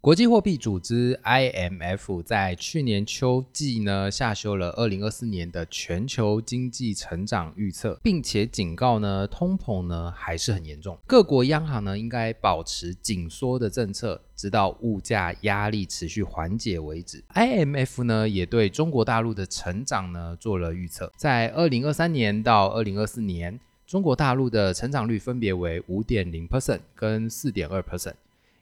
国际货币组织 IMF 在去年秋季呢下修了二零二四年的全球经济成长预测，并且警告呢通膨呢还是很严重，各国央行呢应该保持紧缩的政策，直到物价压力持续缓解为止。IMF 呢也对中国大陆的成长呢做了预测，在二零二三年到二零二四年。中国大陆的成长率分别为五点零 percent 跟四点二 percent，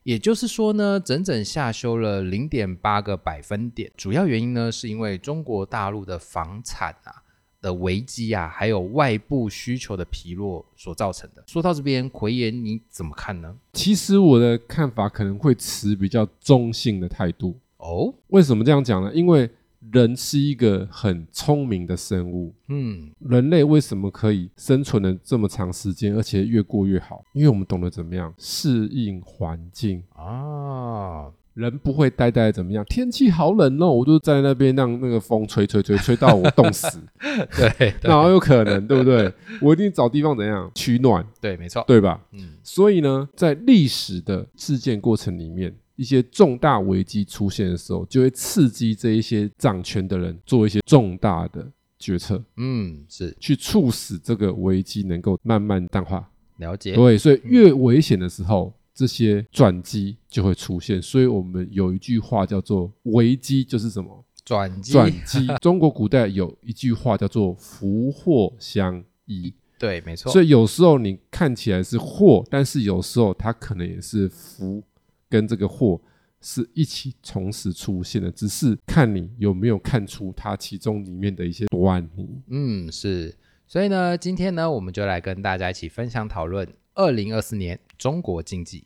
也就是说呢，整整下修了零点八个百分点。主要原因呢，是因为中国大陆的房产啊的危机啊，还有外部需求的疲弱所造成的。说到这边，奎爷你怎么看呢？其实我的看法可能会持比较中性的态度。哦，为什么这样讲呢？因为人是一个很聪明的生物，嗯，人类为什么可以生存了这么长时间，而且越过越好？因为我们懂得怎么样适应环境。 啊，人不会呆呆怎么样？天气好冷哦，我就在那边让那个风吹吹吹吹到我冻死，对对哪有可能，对不对？我一定找地方怎样取暖，对，没错，对吧？嗯所以呢，在历史的事件过程里面，一些重大危机出现的时候，就会刺激这一些掌权的人做一些重大的决策，嗯，是去促使这个危机能够慢慢淡化。了解，对，所以越危险的时候，这些转机就会出现。所以我们有一句话叫做“危机就是什么转机，转机”。中国古代有一句话叫做“福祸相依”。对，没错，所以有时候你看起来是祸，但是有时候它可能也是福，跟这个祸是一起同时出现的，只是看你有没有看出它其中里面的一些端倪。嗯，是。所以呢，今天呢，我们就来跟大家一起分享讨论二零二四年中国经济。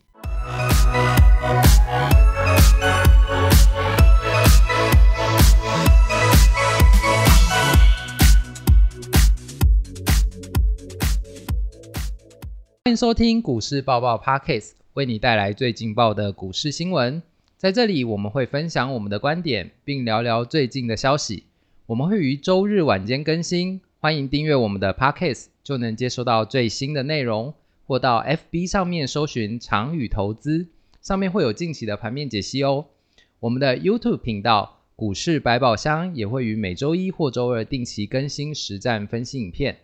欢迎收听股市爆爆 Podcast，为你带来最劲爆的股市新闻。在这里，我们会分享我们的观点，并聊聊最近的消息。我们会于周日晚间更新，欢迎订阅我们的 Podcast，就能接收到最新的内容，或到 FB 上面搜寻“长宇投资”，上面会有近期的盘面解析哦。我们的 YouTube 频道“股市百宝箱”也会于每周一或周二定期更新实战分析影片。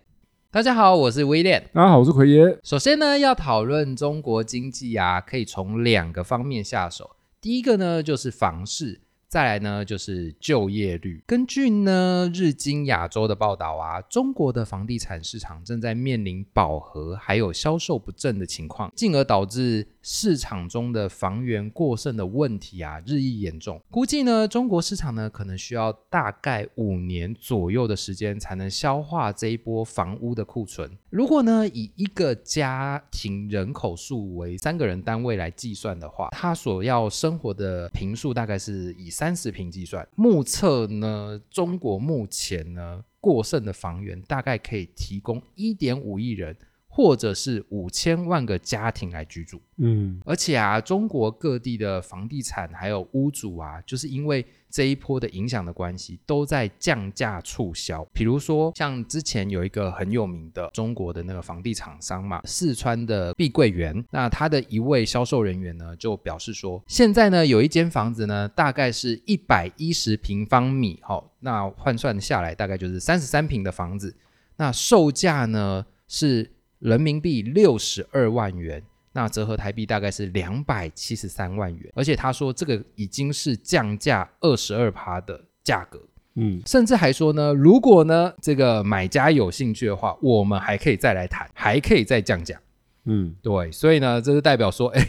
大家好，我是威廉。大家好，我是奎爷。首先呢，要讨论中国经济啊，可以从两个方面下手。第一个呢，就是房市；再来呢，就是就业率。根据呢日经亚洲的报道啊，中国的房地产市场正在面临饱和还有销售不振的情况，进而导致市场中的房源过剩的问题啊日益严重。估计呢，中国市场呢可能需要大概五年左右的时间才能消化这一波房屋的库存。如果呢以一个家庭人口数为三个人单位来计算的话，它所要生活的平数大概是以三十平计算。目测呢，中国目前呢过剩的房源大概可以提供一点五亿人，或者是五千万个家庭来居住。嗯，而且啊，中国各地的房地产还有屋主啊，就是因为这一波的影响的关系，都在降价促销。比如说，像之前有一个很有名的中国的那个房地产商嘛，四川的碧桂园，那他的一位销售人员呢，就表示说，现在呢有一间房子呢，大概是一百一十平方米，好、那换算下来大概就是三十三平的房子，那售价呢是人民币六十二万元。那折合台币大概是两百七十三万元，而且他说这个已经是降价二十二趴的价格，嗯，甚至还说呢，如果呢这个买家有兴趣的话，我们还可以再来谈，还可以再降价。嗯，对，所以呢，这是代表说，哎，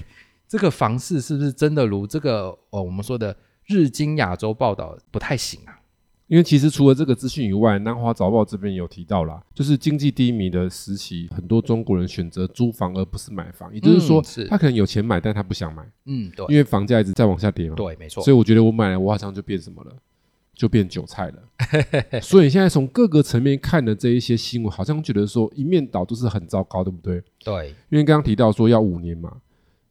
这个房市是不是真的如这个呃我们说的日经亚洲报道不太行啊？因为其实除了这个资讯以外，南华早报这边也有提到啦，就是经济低迷的时期，很多中国人选择租房而不是买房，也就是说，嗯是他可能有钱买，但他不想买，嗯，对，因为房价一直在往下跌嘛。对，没错，所以我觉得我买了，我好像就变什么了，就变韭菜了。所以现在从各个层面看的这一些新闻，好像觉得说一面倒都是很糟糕，对不对？对，因为刚刚提到说要五年嘛，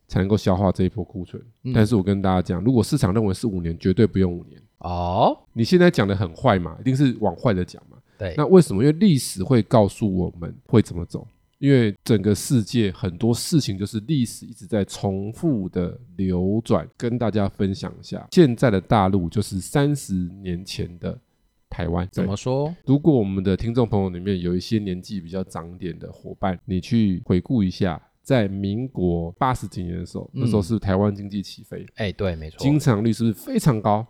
才能够消化这一波库存。嗯但是我跟大家讲，如果市场认为是五年，绝对不用五年。哦，你现在讲的很坏嘛，一定是往坏的讲嘛。对，那为什么？因为历史会告诉我们会怎么走，因为整个世界很多事情就是历史一直在重复的流转，跟大家分享一下，现在的大陆就是三十年前的台湾。怎么说？如果我们的听众朋友里面有一些年纪比较长点的伙伴，你去回顾一下，在民国八十几年的时候，那嗯时候是台湾经济起飞，哎，对，没错，经常率是不是非常高？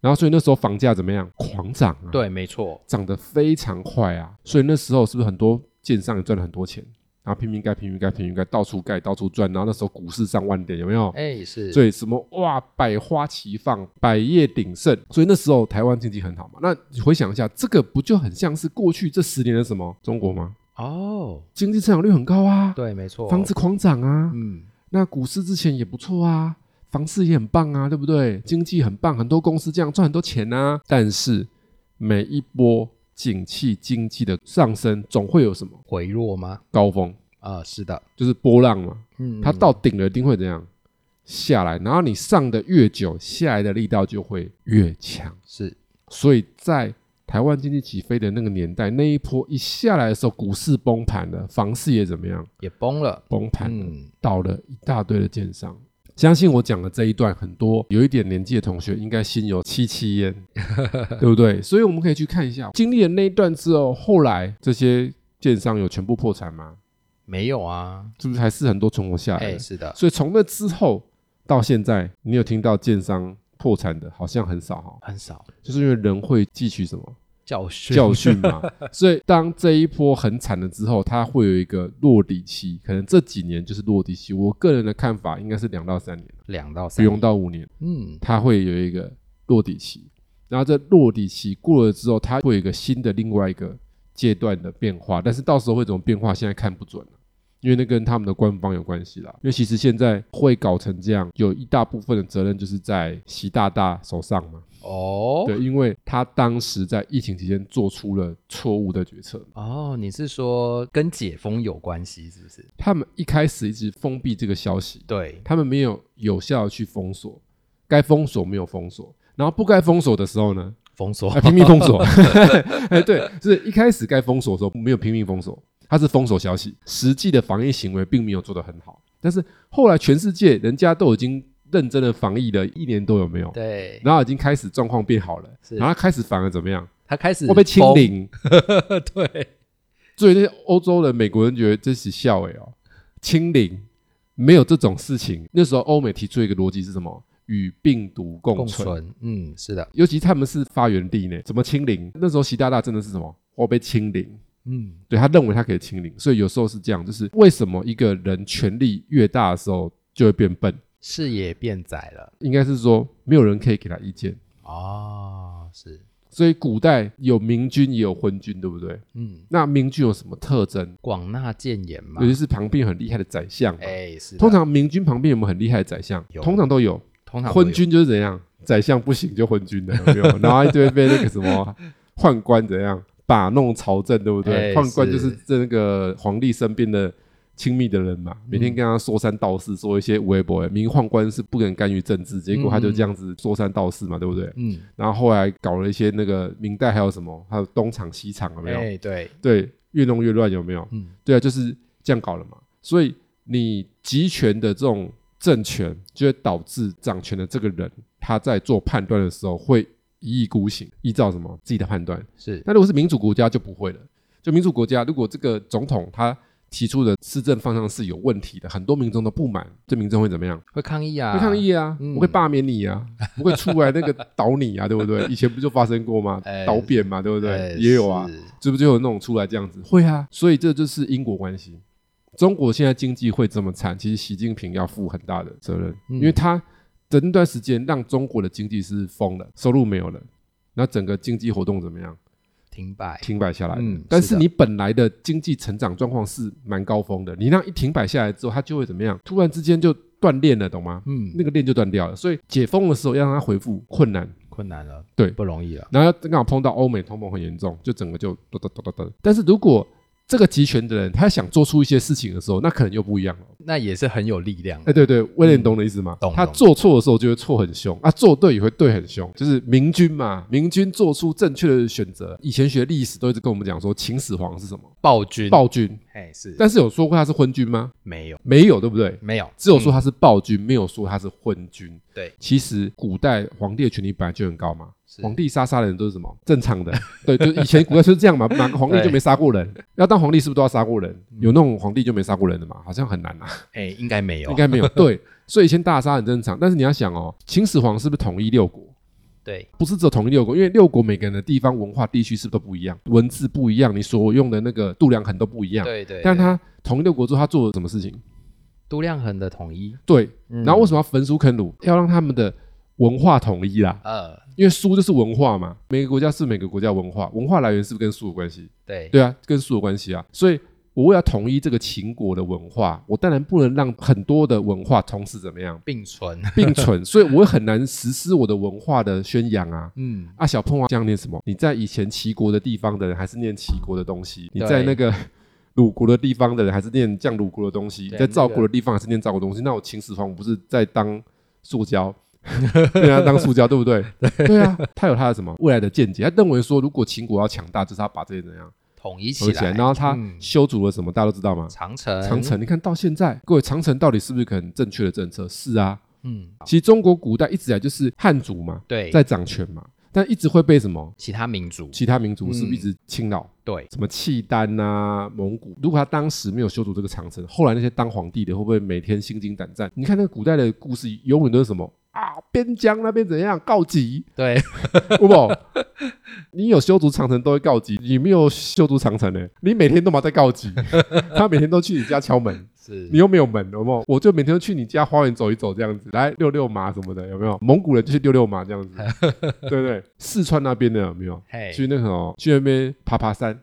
然后所以那时候房价怎么样？狂涨啊！嗯对，没错，涨得非常快啊，所以那时候是不是很多建商也赚了很多钱，然后拼命盖、拼命盖、拼命盖，到处盖、到处赚，然后那时候股市上万点，有没有？哎，是，所以什么哇，百花齐放，百业鼎盛，所以那时候台湾经济很好嘛。那你回想一下，这个不就很像是过去这十年的什么中国吗？哦，经济成长率很高啊，对，没错，房子，狂涨啊，嗯，那股市之前也不错啊，房市也很棒啊，对不对？经济很棒，很多公司这样赚很多钱啊。但是每一波景气经济的上升，总会有什么回落吗？高峰，啊，是的，就是波浪嘛。嗯，它到顶了一定会怎样下来，然后你上的越久，下来的力道就会越强。是，所以在台湾经济起飞的那个年代，那一波一下来的时候，股市崩盘了，房市也怎么样也崩了，崩盘了。嗯，倒了一大堆的建商。相信我讲的这一段，很多有一点年纪的同学应该心有戚戚焉， 对不对？所以我们可以去看一下，经历了那一段之后，后来这些建商有全部破产吗？没有啊，是不是还是很多存活下来哎，的？是的，所以从那之后到现在，你有听到建商破产的，好像很少哈、很少就是因为人会汲取什么教训，教训嘛。所以当这一波很惨了之后，它会有一个落地期，可能这几年就是落地期。我个人的看法应该是两到三年。 两到不三，用，到五年，嗯，它会有一个落地期。然后这落地期过了之后，它会有一个新的另外一个阶段的变化，但是到时候会怎么变化，现在看不准了因为那跟他们的官方有关系啦。因为其实现在会搞成这样，有一大部分的责任就是在习大大手上嘛。哦，对，因为他当时在疫情期间做出了错误的决策。哦，你是说跟解封有关系是不是？他们一开始一直封闭这个消息，对，他们没有有效的去封锁，该封锁没有封锁，然后不该封锁的时候呢，封 锁啊，，拼命封锁。哎，对，就是一开始该封锁的时候没有拼命封锁，它是封锁消息，实际的防疫行为并没有做得很好。但是后来全世界人家都已经认真的防疫了一年多，有没有？对，然后已经开始状况变好了，是然后开始反而怎么样？他开始会被清封，零。对，所以那些欧洲人、美国人觉得这是笑诶哦，清零没有这种事情。那时候欧美提出一个逻辑是什么？与病毒共 共存。存，嗯，是的，尤其他们是发源地呢，怎么清零？那时候习大大真的是什么？我被清零，嗯，对他认为他可以清零，所以有时候是这样，就是为什么一个人权力越大的时候就会变笨？视野变窄了，应该是说没有人可以给他意见，哦，是，所以古代有明君也有昏君，对不对？嗯，那明君有什么特征？广纳谏言嘛尤，其是旁边很厉害的宰相嘛。哎，是的，通常明君旁边有没有很厉害的宰相？有通常都有。通常昏会有，君就是怎样，宰相不行就昏君的，有没有？然后一堆被那个什么宦官怎样把弄朝政，对不哎对？宦官就是是这那个皇帝身边的亲密的人嘛，嗯每天跟他说三道四，说一些无为不为。明明宦官是不敢干预政治，结果他就这样子说三道四嘛，对不对？嗯，然后后来搞了一些那个明代还有什么，还有东厂西厂，有没有？哎，对，对，越弄越乱，有没有？嗯，对啊，就是这样搞了嘛。所以你集权的这种政权，就会导致掌权的这个人他在做判断的时候会一意孤行，依照什么自己的判断。是，那如果是民主国家就不会了。就民主国家，如果这个总统他提出的施政方向是有问题的，很多民众都不满，这民众会怎么样？会抗议啊，会抗，议啊，嗯我会罢免你啊，我会出来那个 倒你啊，对不对？以前不就发生过吗 哎？倒扁嘛，对不对哎？也有啊，，是是不是就有那种出来这样子？会啊，所以这就是因果关系。中国现在经济会这么惨，其实习近平要负很大的责任，嗯因为他整段时间让中国的经济是疯了，收入没有了，那整个经济活动怎么样？停摆，停摆下来了。嗯但是是的你本来的经济成长状况是蛮高峰的，你让一停摆下来之后，它就会怎么样？突然之间就断裂了，懂吗？嗯，那个链就断掉了，所以解封的时候要让它恢复困难，困难了，对不容易了，然后刚好碰到欧美通膨很严重，就整个就哒哒哒哒哒。但是如果这个集权的人他想做出一些事情的时候，那可能又不一样了。那也是很有力量哎，的，对对，威廉你懂我的意思吗？懂他懂做错的时候就会错很凶，啊，做对也会对很凶，就是明君嘛，明君做出正确的选择。以前学历史都一直跟我们讲说，秦始皇是什么？暴君，暴君。哎是，但是有说过他是昏君吗？没有没有，对不对？没有，只有说他是暴君，没有说他是昏君。嗯对，其实古代皇帝的权力本来就很高嘛，是皇帝杀杀人都是什么正 常的，对，就以前古代就是这样嘛，哪个皇帝对嗯就没杀过人？要当皇帝是不是都要杀过人？有那种皇帝就没杀过人的嘛？好像很难啊，哎应该没有，应 该没有。对，所以以前大杀很正常，但是你要想哦，秦始皇是不是统一六国？对不是只有统一六国，因为六国每个人的地方文化、地区是不是都不一样，文字不一样，你所用的那个度量衡都不一样。对对，但对他统一六国之后，他做了什么事情？度量衡的统一，对，嗯然后为什么要焚书坑儒？要让他们的文化统一啦，呃因为书就是文化嘛，每个国家是每个国家文化，文化来源是不是跟书有关系？对对啊，跟书有关系啊。所以我为了统一这个秦国的文化，我当然不能让很多的文化同时怎么样并存，并存，所以我很难实施我的文化的宣扬啊。嗯啊，小碰啊，这样念什么？你在以前齐国的地方的人，还是念齐国的东西？你对在那个鲁国的地方的人，还是念降鲁国的东西？你对在赵那个国的地方，还是念赵国的东西？那我秦始皇不是在当塑胶？ 对啊，当塑胶，对 不对？对啊，他有他的什么未来的见解？他认为说，如果秦国要强大，就是他把这些怎样统一合起起来来，，然后他嗯修筑了什么？大家都知道吗？长城长城，你看到现在，各位，长城到底是不是一个很正确的政策？是啊，嗯其实中国古代一直以来就是汉族嘛，对，在掌权嘛，但一直会被什么其他民族其他民族是不是嗯一直侵扰？对什么契丹呐、蒙古？如果他当时没有修筑这个长城，后来那些当皇帝的会不会每天心惊胆战？你看那个古代的故事，永远都是什么啊？边疆那边怎样告急， 对有不好？你有修筑长城都会告急，你没有修筑长城呢、你每天都嘛在告急， 他每天都去你家敲门，是 你又没有门，有没有？我就每天都去你家花园走一走，这样子，来遛遛马什么的，有没有？蒙古人就去遛遛马这样子，对不对？四川那边的有没有？嘿去那个哦，去那边爬爬山，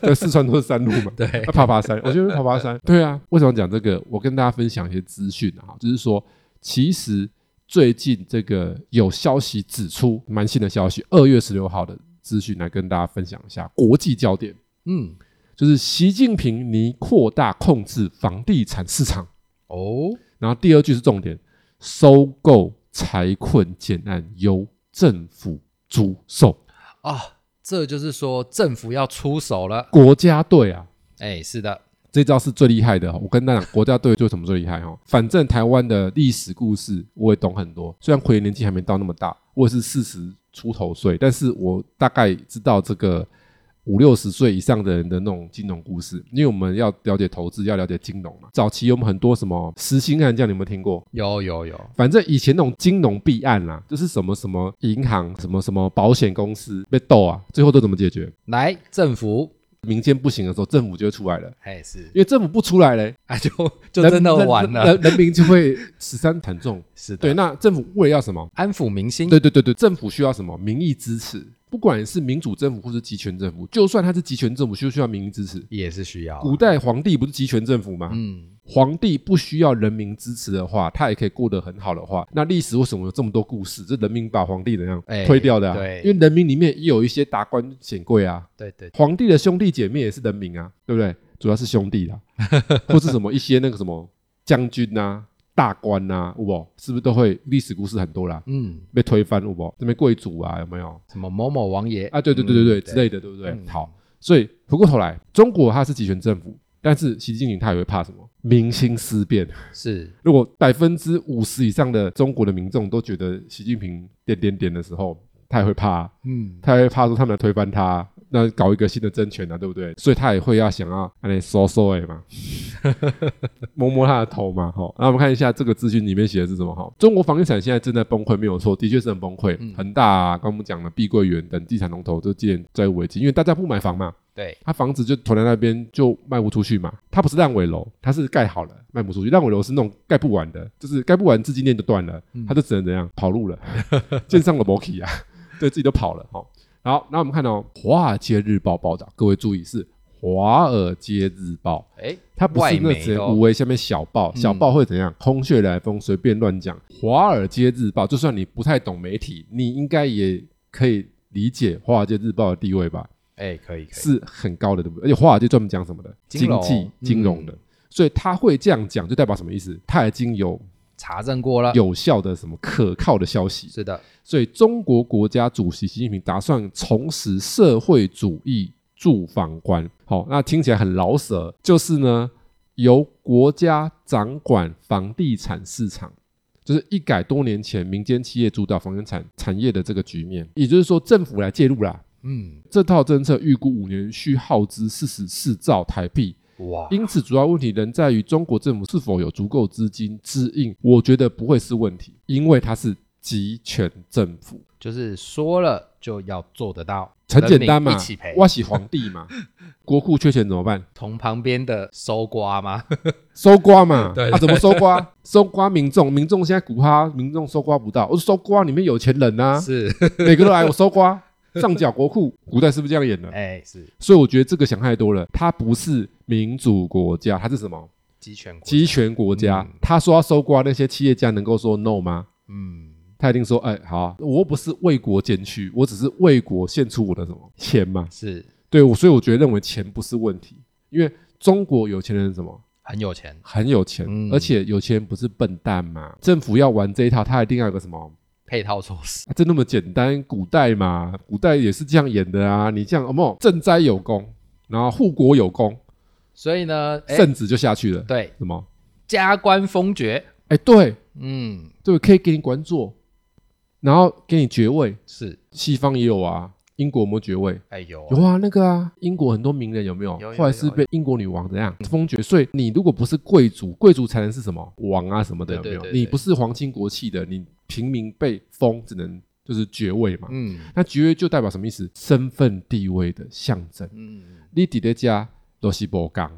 在四川都是山路嘛，对啊爬爬山，我去那边爬爬山。对啊，为什么讲这个？我跟大家分享一些资讯啊，就是说，其实最近这个有消息指出，蛮新的消息，二月十六号的资讯来跟大家分享一下国际焦点。嗯就是习近平拟扩大控制房地产市场。哦然后第二句是重点，收购财困建案由政府出售，啊，这就是说政府要出手了，国家队啊。哎是的，这招是最厉害的哦、我跟大家讲，国家队做什么最厉害哦？反正台湾的历史故事我也懂很多，虽然奎爷年纪还没到那么大，我也是四十出头岁，但是我大概知道这个五六十岁以上的人的那种金融故事，因为我们要了解投资，要了解金融嘛。早期有很多什么实心案，这样你有没有听过？有有有，反正以前那种金融弊案啦、就是什么什么银行、什么什么保险公司被斗啊，最后都怎么解决？来政府，民间不行的时候，政府就会出来了，哎是因为政府不出来嘞，啊就就人真的完人了，人人民就会死伤惨重。是的， 对，那政府为了要什么？安抚民心，对对对对，政府需要什么？民意支持，不管是民主政府或是集权政府，就算它是集权政府，需不需要民意支持？也是需要啊，古代皇帝不是集权政府吗？嗯皇帝不需要人民支持的话，他也可以过得很好的话，那历史为什么有这么多故事？这人民把皇帝怎样哎推掉的、啊对因为人民里面也有一些达官显贵啊，对对皇帝的兄弟姐妹也是人民啊，对不对？主要是兄弟啦，或是什么一些那个什么将军呐、大官呐、啊，有无？是不是都会历史故事很多啦？嗯被推翻，有无？这边贵族啊，有没有？什么某某王爷啊，对对对对对，之类的，对不对？好，所以回过头来，中国它是集权政府，但是习近平他也会怕什么？民心思变。是如果百分之五十以上的中国的民众都觉得习近平点点点的时候，他也会怕啊，嗯他也会怕说他们来推翻他，那搞一个新的政权啊，对不对？所以他也会要想要来收收哎嘛， 摸摸他的头嘛，哈。那我们看一下这个资讯里面写的是什么哈？中国房地产现在正在崩溃，没有错，的确是很崩溃，恒大、啊、刚我们讲了，碧桂园等地产龙头都渐渐在危机，因为大家不买房嘛，对他房子就囤在那边就卖不出去嘛。他不是烂尾楼，他是盖好了卖不出去。烂尾楼是那种盖不完的，就是盖不完，资金链就断了，他就只能怎样跑路了， 建上了 m o k 啊， 对自己都跑了哦。好，那我们看到、华尔街日报》报道，各位注意是《华尔街日报》。哎它不是外那媒只哦五维下面小报，小报会怎样？空穴来风，随便乱讲。华尔街日报，就算你不太懂媒体，你应该也可以理解华尔街日报的地位吧？哎可以可以是很高的，对不对？而且华尔街专门讲什么的？金经融嗯济、金融的，所以他会这样讲，就代表什么意思？他已经嗯有查证过了，有效的什么可靠的消息。是的，所以中国国家主席习近平打算重拾社会主义。住房官。好，那听起来很老舍，就是呢，由国家掌管房地产市场。就是一改多年前民间企业主导房地产产业的这个局面，也就是说政府来介入啦。嗯，这套政策预估五年需耗资四十四兆台币，哇，因此主要问题仍在于中国政府是否有足够资金支应。我觉得不会是问题，因为它是集权政府，就是说了就要做得到，很简单嘛人民一起赔，。挖起皇帝嘛， 国库缺钱怎么办？从旁边的搜刮吗？搜刮嘛， 对啊，怎么搜刮？搜刮民众，民众现在股哈，民众搜刮不到，我搜刮里面有钱人 呐、是，每个都来我搜刮，上缴国库。古代是不是这样演的？哎，是所以我觉得这个想太多了，它不是民主国家，它是什么？集权国家，集权国家。嗯他说要搜刮那些企业家，能够说 no 吗？嗯，他一定说，哎，好啊、我又不是为国捐躯，我只是为国献出我的什么钱嘛？是对，我所以我觉得认为钱不是问题，因为中国有钱人什么很有钱，很有钱，嗯而且有钱人不是笨蛋嘛。政府要玩这一套，他一定要有个什么配套措施，啊这那么简单？古代嘛，古代也是这样演的啊。你这样，哦莫赈灾有功，然后护国有功，所以呢，哎，圣旨就下去了。对，什么？加官封爵，哎，对嗯，对，可以给你官做，然后给你爵位。是，西方也有啊，英国有没有爵位？哎有啊有啊，那个啊，英国很多名人有没有？有有后来是有被英国女王怎样封爵？所以你如果不是贵族，贵族才能是什么王啊什么的，有对对没有？对对你不是皇亲国戚的，你平民被封，只能就是爵位嘛。嗯那爵位就代表什么意思？身份地位的象征。嗯，你伫咧家都是无刚，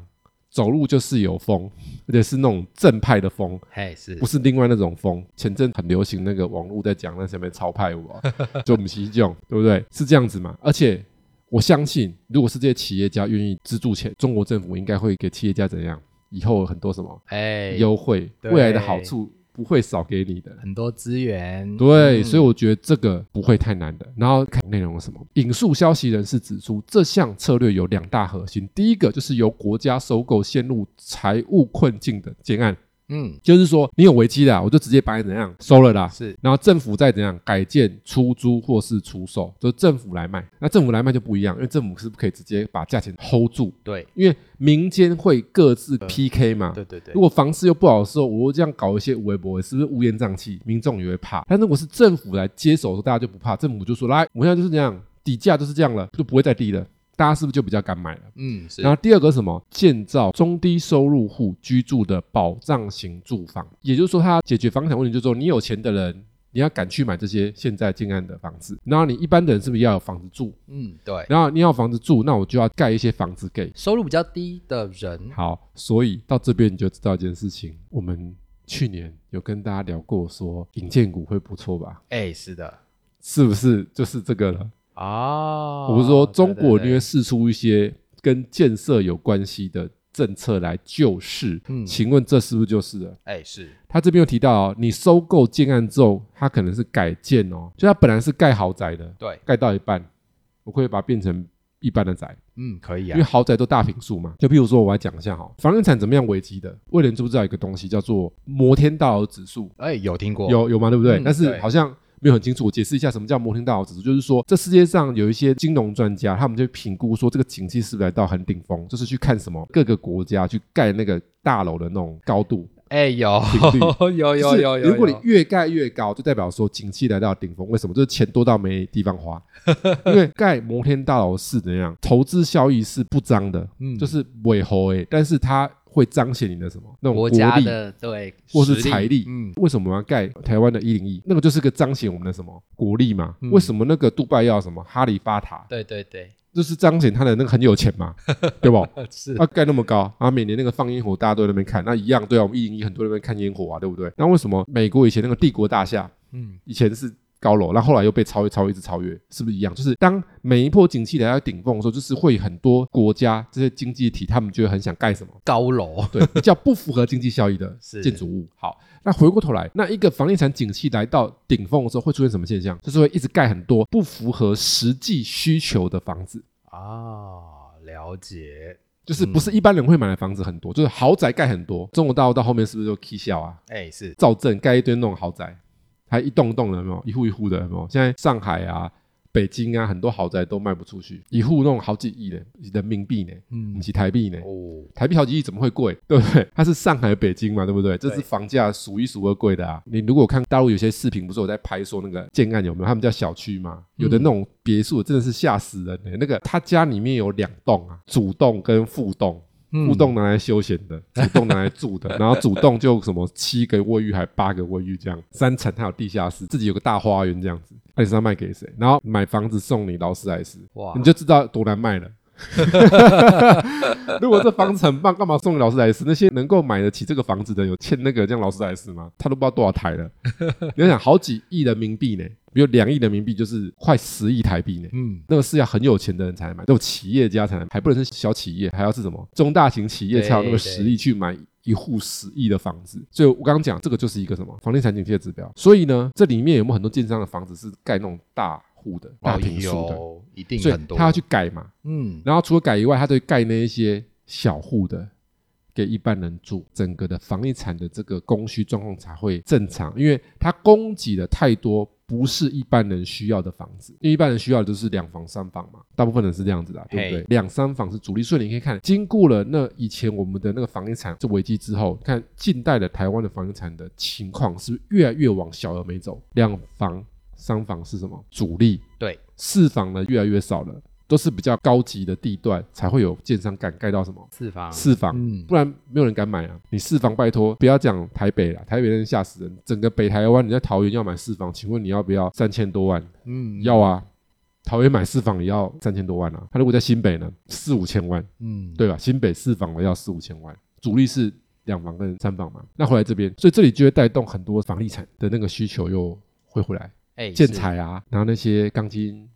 走路就是有风， 而且是那种正派的风，嘿是不，是另外那种风。前阵很流行那个网络在讲那什么超派舞啊，就我们西种，对不对？是这样子嘛？而且我相信，如果是这些企业家愿意资助钱，中国政府应该会给企业家怎样？以后很多什么哎优惠，对嗯未来的好处不会少给你的。很多资源，嗯对，所以以我觉得这个不会太难的。然后看内容有什么，引述消息人士指出，这项策略有两大核心，第一个就是由国家收购陷入财务困境的建案，嗯就是说你有危机啊啦，我就直接把你怎样收了啦。是然后政府再怎样改建、出租或是出售，就是政府来卖。那政府来卖就不一样，因为政府是不可以直接把价钱 hold 住，对因为民间会各自 PK 嘛。对对对啊如，果房市又不好的时候，我又这样搞一些微博，是不是乌烟瘴气？民众也会怕。但如果是政府来接手的时候，大家就不怕，政府就说来，我现在就是这样，底价就是这样了，就不会再低了，大家是不是就比较敢买了？嗯是然后第二个是什么？建造中低收入户居住的保障型住房，也就是说，它解决房产问题，就是说你有钱的人，你要敢去买这些现在建案的房子，然后你一般的人是不是要有房子住？嗯对，然后你要有房子住，那我就要盖一些房子给收入比较低的人，好，所以到这边你就知道一件事情，我们去年有跟大家聊过说，银建股会不错吧？哎是的是不是就是这个了？啊，我是说，中国因因为为试出一些跟建设有关系的政策来救市，嗯请问这是不是就是了？哎是他这边又提到、哦，你收购建案之后，它可能是改建哦，就它本来是盖豪宅的，对，盖到一半，我可以把它变成一般的宅，嗯可以因啊为，豪宅都大平数嘛。就譬如说，我来讲一下哈，房地产怎么样危机的？威廉知不知道一个东西叫做摩天大楼指数？哎有听过有有吗？对不对？嗯但是对好像没有很清楚。我解释一下什么叫摩天大楼指数，就是说这世界上有一些金融专家，他们就评估说这个景气是不是来到很顶峰，就是去看什么各个国家去盖那个大楼的那种高度。哎有顶有 有有就是有有，如果你有越盖越高，就代表说景气来到顶峰。为什么？就是钱多到没地方花， 因为盖摩天大楼是怎样，投资效益是不彰的，嗯就是尾猴诶，但是它会彰显你的什么那种国力家的对或是实力财力嗯为什么要盖台湾的一零一？那个就是个彰显我们的什么国力嘛？嗯为什么那个杜拜要什么哈利法塔？对对对就是彰显他的那个很有钱嘛， 对不？呃是他盖那么高，啊，每年那个放烟火，大家都在那边看，那一样，对啊，我们一零一很多人在那边看烟火啊，对不对？那为什么美国以前那个帝国大厦嗯以前是高楼，那后来又被超越、超越、一直超越，是不是一样？就是当每一波景气来到顶峰的时候，就是会很多国家这些经济体，他们就会很想盖什么。高楼对，比较不符合经济效益 的是建筑物。好，那回过头来，那一个房地产景气来到顶峰的时候，会出现什么现象？就是会一直盖很多不符合实际需求的房子，啊了解就是不是一般人会买的房子很多，就是豪宅盖很多。中国大陆到后面是不是就 K 笑啊？哎是造镇盖一堆那种豪宅，还一栋栋的，有没有？一户一户的，有没有？现在上海啊、北京啊，很多豪宅都卖不出去，一户弄好几亿呢，人民币呢，嗯以，及台币呢。哦，台币好几亿怎么会贵？ 对不对？它是上海、北京嘛，对不对？这是对房价数一数二贵的啊！你如果看大陆有些视频，不是有在拍说那个建案有没有？他们叫小区嘛，有的那种别墅真的是吓死人欸的、那个他家里面有两栋啊，主栋跟副栋。嗯副栋拿来休闲的，主栋拿来住的，然后主栋就什么七个卫浴还八个卫浴这样，三层还有地下室，自己有个大花园这样子。那你是要卖给谁？然后买房子送你劳斯莱斯，哇你就知道多 难卖了。如果这房子很棒，干嘛送给劳斯莱斯？那些能够买得起这个房子的，有欠那个像劳斯莱斯吗？他都不知道多少台 了。你要想，好几亿人民币呢，比如两亿人民币就是快十亿台币呢。嗯，那个是要很有钱的人才能买，那种企业家才能买，还不能是小企业，还要是什么中大型企业才有那个实力去买一户十亿的房子。所以我刚刚讲，这个就是一个什么房地产景气的指标。所以呢，这里面有没有很多建商的房子是盖那种大户的、大哦平数的？有一定所以很多，他要去改嘛。嗯然后除了改以外，他就盖那一些小户的。给一般人住，整个的房地产的这个供需状况才会正常，因为它供给的太多，不是一般人需要的房子。因为一般人需要的就是两房三房嘛，大部分人是这样子的啊，对不对嘿？两三房是主力，所以你可以看，经过了那以前我们的那个房地产这危机之后，看近代的台湾的房地产的情况是不是越来越往小而美走？两房、三房是什么？主力，对，四房呢越来越少了，都是比较高级的地段才会有建商敢盖到什么四房四房，嗯不然没有人敢买啊。你四房拜托，不要讲台北了，台北人吓死人，整个北台湾你在桃园要买四房，请问你要不要三千多万？嗯要啊。桃园买四房也要三千多万啊，他如果在新北呢，四五千万，嗯对吧？新北四房的要四五千万，主力是两房跟三房嘛。那回来这边，所以这里就会带动很多房地产的那个需求又会回来，哎建是材啊，然后那些钢筋、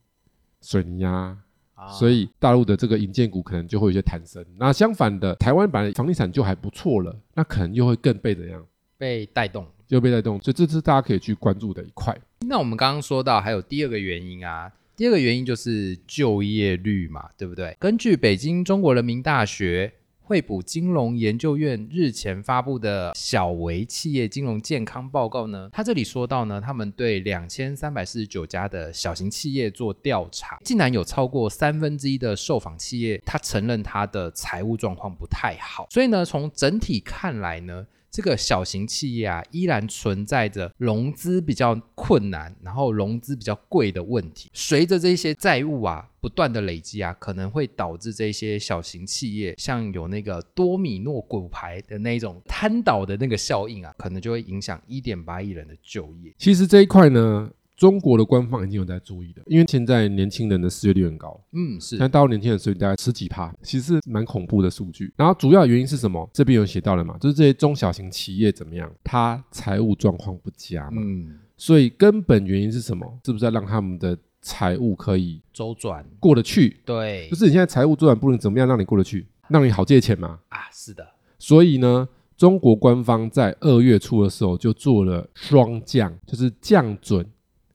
水泥啊，啊所以大陆的这个银建股可能就会有一些弹升。那相反的，台湾本来房地产就还不错了，那可能又会更被怎样，被带动。又被带动。所以这是大家可以去关注的一块。那我们刚刚说到还有第二个原因啊，第二个原因就是就业率嘛，对不对？根据北京中国人民大学惠普金融研究院日前发布的小微企业金融健康报告呢，它这里说到呢，他们对两千三百四十九家的小型企业做调查，竟然有超过三分之一的受访企业，他承认他的财务状况不太好，所以呢，从整体看来呢，这个小型企业啊，依然存在着融资比较困难，然后融资比较贵的问题。随着这些债务啊不断的累积啊，可能会导致这些小型企业像有那个多米诺骨牌的那种瘫倒的那个效应啊，可能就会影响一点八亿人的就业。其实这一块呢，中国的官方已经有在注意的，因为现在年轻人的失业率很高，嗯，是但大陆年轻人失业率大概十几趴，其实是蛮恐怖的数据。然后主要原因是什么？这边有写到了嘛，就是这些中小型企业怎么样，它财务状况不佳嘛，嗯，所以根本原因是什么？是不是要让他们的财务可以周转过得去？对，就是你现在财务周转不能怎么样让你过得去，让你好借钱嘛。啊，是的，所以呢，中国官方在二月初的时候就做了双降，就是降准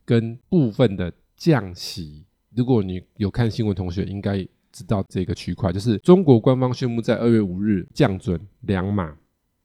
跟部分的降息。如果你有看新闻，同学应该知道这个区块，就是中国官方宣布在二月五日降准两码，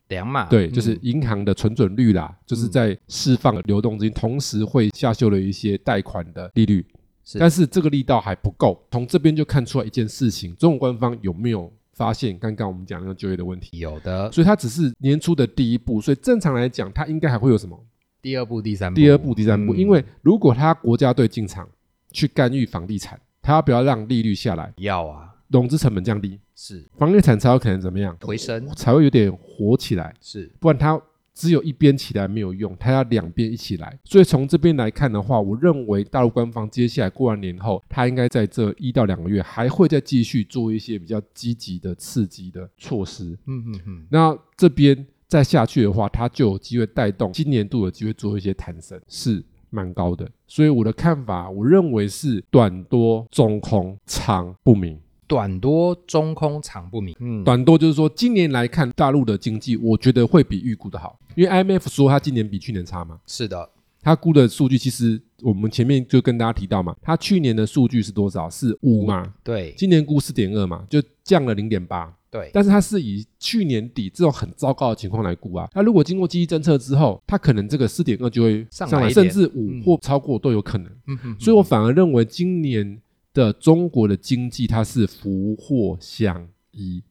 两码对，就是嗯银行的存准率啦，就是嗯在释放流动资金，同时会下修了一些贷款的利率，是但是这个力道还不够。从这边就看出来一件事情，中国官方有没有发现刚刚我们讲那个就业的问题？有的，所以它只是年初的第一步，所以正常来讲，它应该还会有什么第二步、第三步、第二步、第三步？嗯因为如果它国家队进场去干预房地产，它要不要让利率下来，要啊，融资成本降低，是房地产才有可能怎么样，回升才会有点活起来。是不然它只有一边起来没有用，它要两边一起来。所以从这边来看的话，我认为大陆官方接下来过完年后，它应该在这一到两个月还会再继续做一些比较积极的刺激的措施。嗯嗯嗯，那这边再下去的话，它就有机会带动今年度有机会做一些弹升，是蛮高的。所以我的看法，我认为是短多中空长不明。短多中空长不明，嗯，短多就是说，今年来看大陆的经济，我觉得会比预估的好，因为 IMF 说它今年比去年差嘛，是的，它估的数据其实我们前面就跟大家提到嘛，它去年的数据是多少？是五嘛，对今年估四点二嘛，就降了零点八。对，但是它是以去年底这种很糟糕的情况来估啊。那如果经过经济政策之后，它可能这个四点二就会上来上来，一甚点至五嗯或超过都有可能。嗯哼所以我反而认为今年的中国的经济它是福祸相依。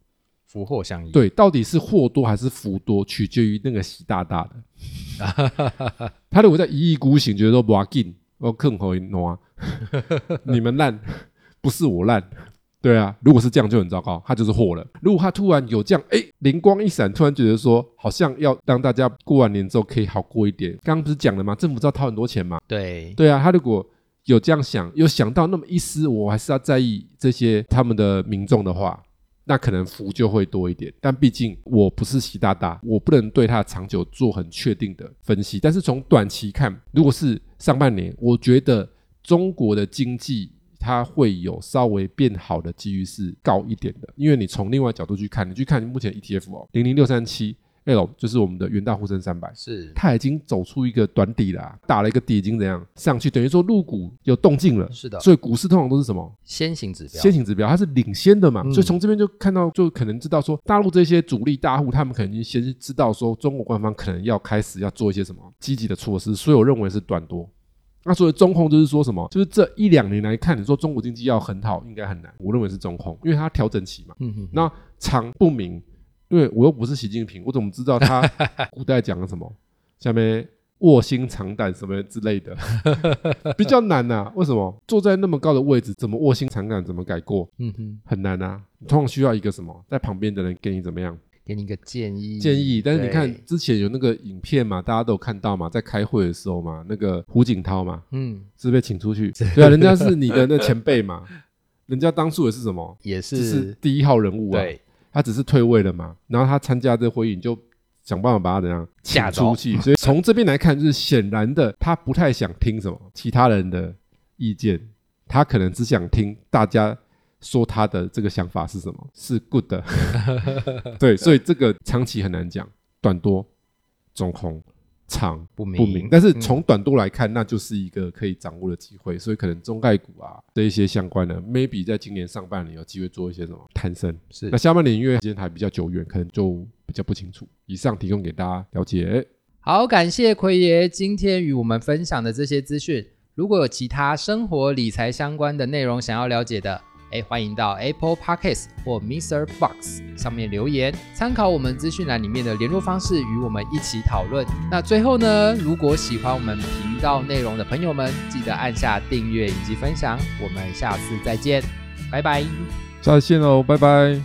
福祸相依，对，到底是祸多还是福多，取决于那个习大大的。他如果在一意孤行，觉得说不要紧，我更好挪，你们烂，不是我烂。对啊，如果是这样就很糟糕，他就是祸了。如果他突然有这样，哎，灵光一闪，突然觉得说，好像要让大家过完年之后可以好过一点。刚刚不是讲了吗？政府知道掏很多钱嘛，对对啊，他如果有这样想，有想到那么一丝，我还是要在意这些他们的民众的话，那可能福就会多一点。但毕竟我不是习大大，我不能对他长久做很确定的分析。但是从短期看，如果是上半年，我觉得中国的经济。它会有稍微变好的机遇是高一点的，因为你从另外角度去看，你去看目前 ETF 哦，零零六三七 L 就是我们的元大沪深三百，是它已经走出一个短底啦、打了一个底已经怎样上去，等于说入股有动静了。是的，所以股市通常都是什么先行指标先行指标，它是领先的嘛，嗯所以从这边就看到，就可能知道说，大陆这些主力大户，他们可能已经先知道说，中国官方可能要开始要做一些什么积极的措施，所以我认为是短多。那所以中控就是说什么，就是这一两年来看，你说中国经济要很好，应该很难，我认为是中控，因为它调整期嘛。嗯哼，那长不明，因为我又不是习近平，我怎么知道 他古代讲了什么？下面卧薪尝胆什么之类的，比较难呐、为什么坐在那么高的位置，怎么卧薪尝胆，怎么改过，嗯哼，很难啊？你通常需要一个什么，在旁边的人给你怎么样给你一个建议建议？但是你对看之前有那个影片嘛，大家都有看到嘛，在开会的时候嘛，那个胡锦涛嘛嗯，是被请出去，对啊，人家是你的那前辈嘛，人家当初也是什么，也 就是是第一号人物啊，对他只是退位了嘛，然后他参加这会议，你就想办法把他怎样请吓出走 去。所以从这边来看，就是显然的，他不太想听什么其他人的意见，他可能只想听大家说他的这个想法是什么，是 good 的。对，所以这个长期很难讲，短多、中空、长不明嗯不明，但是从短多来看，那就是一个可以掌握的机会，所以可能中概股啊这一些相关的，maybe 在今年上半年有机会做一些什么攀升。嗯是那下半年因为时间还比较久远，可能就比较不清楚。以上提供给大家了解。好，感谢奎爷今天与我们分享的这些资讯。如果有其他生活理财相关的内容想要了解的，哎，欢迎到 Apple Podcasts 或 Mr. Box 上面留言，参考我们资讯栏里面的联络方式，与我们一起讨论。那最后呢，如果喜欢我们频道内容的朋友们，记得按下订阅以及分享。我们下次再见，拜拜。下次见喽，拜拜。